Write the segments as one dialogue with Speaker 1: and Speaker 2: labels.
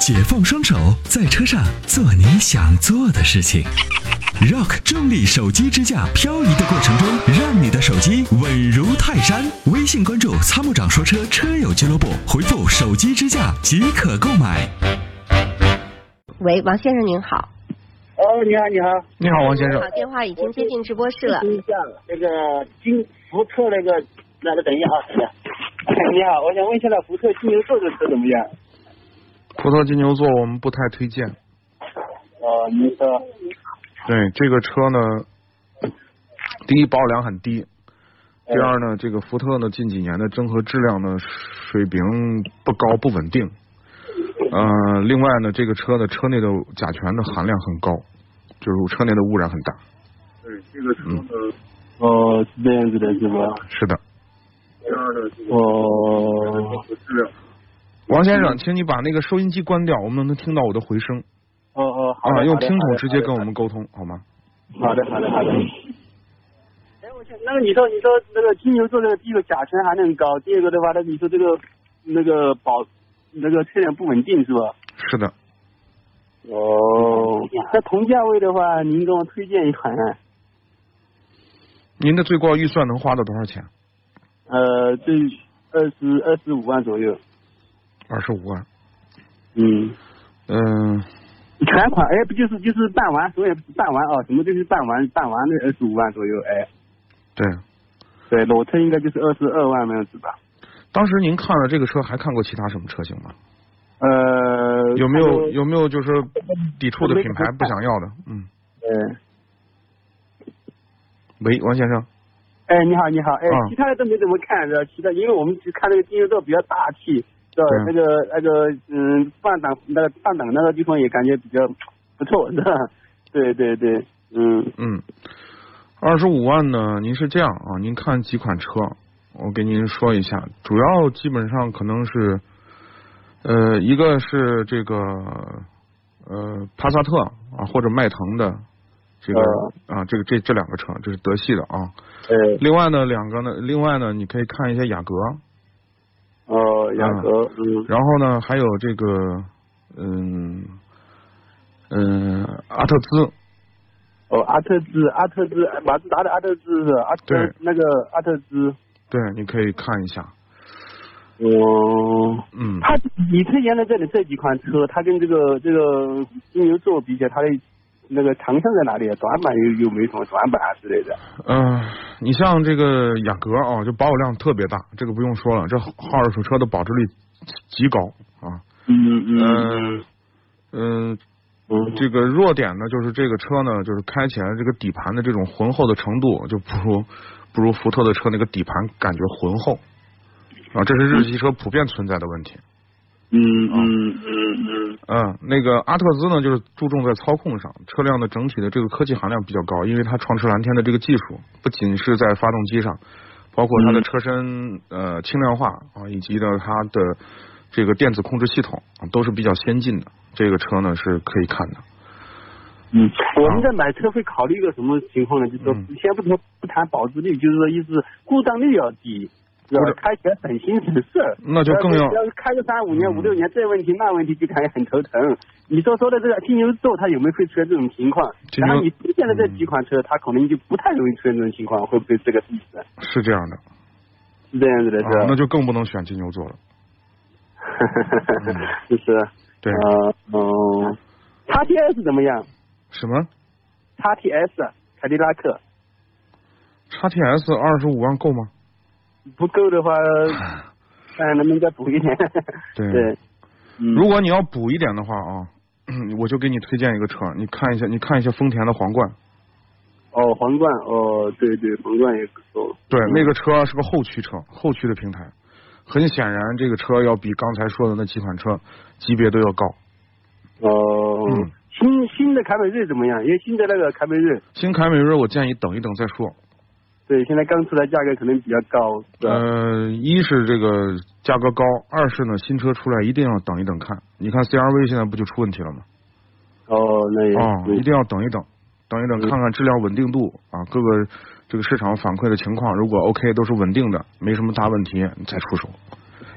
Speaker 1: 解放双手，在车上做你想做的事情。Rock 重力手机支架漂移的过程中，让你的手机稳如泰山。微信关注“参谋长说车”车友俱乐部，回复“手机支架”即可购买。
Speaker 2: 喂，王先生您好，
Speaker 3: 哦，你好，你好，
Speaker 4: 你好，王先生
Speaker 2: 好，，电话已经接进直播室了。
Speaker 3: 听一下那个金福特那个，那个等一下啊，等一下。 你好，我想问一下，那福特金牛座的车怎么样？
Speaker 4: 福特金牛座我们不太推荐。
Speaker 3: 哦，您说，
Speaker 4: 对这个车呢，第一保有量很低，第二呢，这个福特呢近几年的综合质量呢水平不高不稳定。呃，另外呢，这个车的车内的甲醛的含量很高，就是车内的污染很大。
Speaker 3: 对这个车呢，哦，是这样子的是吧？
Speaker 4: 是的，
Speaker 3: 哦，
Speaker 4: 王先
Speaker 3: 嗯
Speaker 4: 生，请你把那个收音机关掉，我们能听到我的回声
Speaker 3: 哦哦，好
Speaker 4: 啊，
Speaker 3: 的，
Speaker 4: 用
Speaker 3: 好的
Speaker 4: 听筒直接跟我们沟通好吗？
Speaker 3: 好的，好的，好的。哎，我想，那个你说，你说那个金牛座那个第一个甲醛含量高，第二个的话，那你说这个那个保那个车辆不稳定是吧？
Speaker 4: 是的，
Speaker 3: 哦，那同价位的话，您给我推荐一款、
Speaker 4: 您的最高预算能花到多少钱？
Speaker 3: 呃，这二十二十五万左右。
Speaker 4: 二十五万。
Speaker 3: 嗯，
Speaker 4: 嗯、
Speaker 3: 全款哎，不就是就是办完，所以办完啊，什么就是办完办完的二十五万左右哎，
Speaker 4: 对，
Speaker 3: 对，裸车应该就是二十二万那样子吧。
Speaker 4: 当时您看了这个车，还看过其他什么车型吗？
Speaker 3: 呃，
Speaker 4: 有没
Speaker 3: 还
Speaker 4: 有有没有就是抵触的品牌
Speaker 3: 我没
Speaker 4: 不想要的？嗯，
Speaker 3: 呃，
Speaker 4: 喂，王先生，
Speaker 3: 哎，你好，你好，哎，
Speaker 4: 嗯
Speaker 3: 其他的都没怎么看，是吧？其他，因为我们只看那个金牛座比较大气，是吧？那
Speaker 4: 对
Speaker 3: 个那个，嗯，半挡那个半挡那个地方也感觉比较不错，是吧？对对对，嗯，
Speaker 4: 嗯，二十五万呢？您是这样啊？您看几款车？我给您说一下，主要基本上可能是，呃，一个是这个呃帕萨特啊，或者迈腾的这个啊，这个这这两个车，这是德系的啊。
Speaker 3: 哎，
Speaker 4: 另外呢，两个呢，另外呢，你可以看一下雅阁，
Speaker 3: 哦，雅阁，嗯，
Speaker 4: 然后呢，还有这个，嗯，嗯，阿特兹，
Speaker 3: 哦，阿特兹，阿特兹，马自达的阿特兹是吧阿特
Speaker 4: 对
Speaker 3: 那个阿特兹，
Speaker 4: 对，你可以看一下。
Speaker 3: 哦，
Speaker 4: 嗯，
Speaker 3: 它你推荐的这里这几款车，它跟这个这个金牛座比起来，它的那个长项在哪里啊？短板有有没有什么短板啊之类的？
Speaker 4: 呃，你像这个雅阁啊，就保有量特别大，这个不用说了，这号二手车的保值率极高啊。
Speaker 3: 嗯
Speaker 4: 嗯嗯、
Speaker 3: 嗯
Speaker 4: 这个弱点呢，就是这个车呢，就是开起来这个底盘的这种浑厚的程度，就不如不如福特的车那个底盘感觉浑厚啊，这是日系车普遍存在的问题。啊
Speaker 3: 嗯嗯嗯嗯，
Speaker 4: 嗯，那个阿特兹呢，就是注重在操控上，车辆的整体的这个科技含量比较高，因为它创驰蓝天的这个技术，不仅是在发动机上，包括
Speaker 3: 嗯
Speaker 4: 它的车身呃轻量化啊，以及呢它的这个电子控制系统、啊都是比较先进的。这个车呢是可以看的。
Speaker 3: 嗯，我们在买车会考虑一个什么情况呢？就是说
Speaker 4: 嗯，
Speaker 3: 先不说不谈保值率，就是说一是故障率要低，是吧
Speaker 4: 或者？
Speaker 3: 开起来省心省事儿。
Speaker 4: 那就更要
Speaker 3: 要是开个三五年、
Speaker 4: 嗯
Speaker 3: 五六年，这问题那问题就感觉很头疼。你说说的这个金牛座，它有没有会出现这种情况？
Speaker 4: 金牛
Speaker 3: 然后你推荐的这几款车，它可能就不太容易出现这种情况，会不会这个意思？
Speaker 4: 是这样的，
Speaker 3: 是这样子的，是
Speaker 4: 啊，那
Speaker 3: 吧？
Speaker 4: 就更不能选金牛座了。
Speaker 3: 就是，
Speaker 4: 对，
Speaker 3: 呃，嗯，X T S 怎么样
Speaker 4: 什么
Speaker 3: ？X T S 凯迪拉克。
Speaker 4: XTS 二十五万够吗？
Speaker 3: 不够的 话，看能不能再补一点。
Speaker 4: 对
Speaker 3: 对，嗯
Speaker 4: 如果你要补一点的话啊， 我就给你推荐一个车，你看一下，你看一下丰田的皇冠。
Speaker 3: 哦，皇冠，哦，对对，皇冠也不错。
Speaker 4: 对，
Speaker 3: 嗯
Speaker 4: 那个车是个后驱车，后驱的平台。很显然，这个车要比刚才说的那几款车级别都要高。
Speaker 3: 哦，
Speaker 4: 嗯
Speaker 3: 新新的凯美瑞怎么样？因为新的那个凯美瑞，
Speaker 4: 新凯美瑞，我建议等一等再说。
Speaker 3: 对，现在刚出来，价格可能比较高，是吧？
Speaker 4: 呃，一是这个价格高，二是呢新车出来一定要等一等看。你看 CRV 现在不就出问题了吗？
Speaker 3: 哦，那也
Speaker 4: 啊、
Speaker 3: 是
Speaker 4: 一定要等一等，等一等看看质量稳定度啊，各个这个市场反馈的情况，如果 OK 都是稳定的，没什么大问题，你再出手。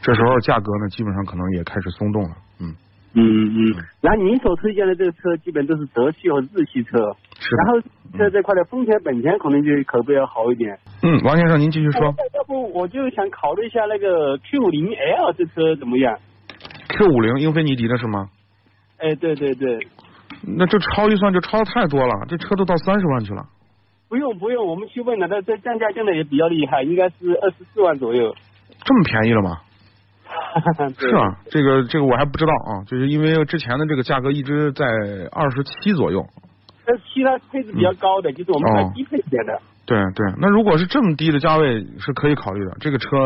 Speaker 4: 这时候价格呢，基本上可能也开始松动了。嗯，
Speaker 3: 嗯嗯，然后您所推荐的这个车基本都是德系和日系车，
Speaker 4: 是
Speaker 3: 然
Speaker 4: 的。
Speaker 3: 后在这块的丰田、本田可能就口碑要好一点。哎
Speaker 4: 嗯，王先生您继续说。
Speaker 3: 要不我就想考虑一下那个 Q 零 L 这车怎么样？
Speaker 4: Q 五零英菲尼迪的是吗？
Speaker 3: 哎，对对对，
Speaker 4: 那这超预算就超的太多了，这车都到三十万去了。
Speaker 3: 不用不用，我们去问了，他这降价降的也比较厉害，应该是二十四万左右。
Speaker 4: 这么便宜了吗？
Speaker 3: 对
Speaker 4: 是，啊，这个这个我还不知道啊，就是因为之前的这个价格一直在二十七左右。
Speaker 3: 但是其他配置比较高的，就是我们
Speaker 4: 哦
Speaker 3: 买低配点的。
Speaker 4: 对对，那如果是这么低的价位是可以考虑的。这个车，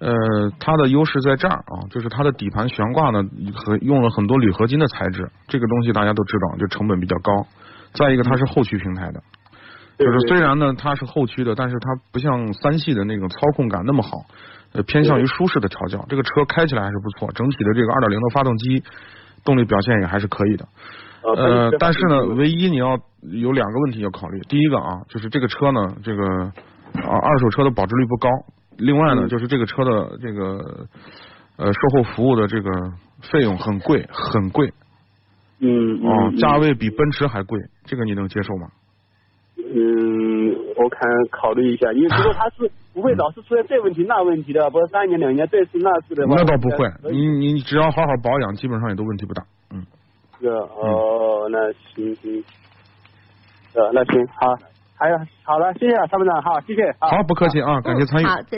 Speaker 4: 呃，它的优势在这儿啊，就是它的底盘悬挂呢和用了很多铝合金的材质，这个东西大家都知道，就成本比较高。再一个，它是后驱平台的，
Speaker 3: 对
Speaker 4: 就是
Speaker 3: 对
Speaker 4: 虽然呢它是后驱的，但是它不像三系的那种操控感那么好，呃，偏向于舒适的调教。这个车开起来还是不错，整体的这个2.0的发动机动力表现也还是可以的。
Speaker 3: 啊
Speaker 4: 呃，但是呢，唯一你要有两个问题要考虑。第一个啊，就是这个车呢，这个啊二手车的保值率不高。另外呢，
Speaker 3: 嗯
Speaker 4: 就是这个车的这个呃售后服务的这个费用很贵，很贵
Speaker 3: 嗯
Speaker 4: 啊、价位比奔驰还贵，这个你能接受吗？
Speaker 3: 嗯，我看考虑一下，因为如果他是不会老是出现这问题那问题的，不是三年两年这次那次的话，
Speaker 4: 那倒不会，
Speaker 3: 呃可以
Speaker 4: 你你只要好好保养，基本上也都问题不大。嗯，
Speaker 3: 是呃哦，那行行，呃，那行好，还有好了，谢谢啊参谋长，好，谢谢，好
Speaker 4: 好，不客气啊，感谢参与。
Speaker 2: 好，再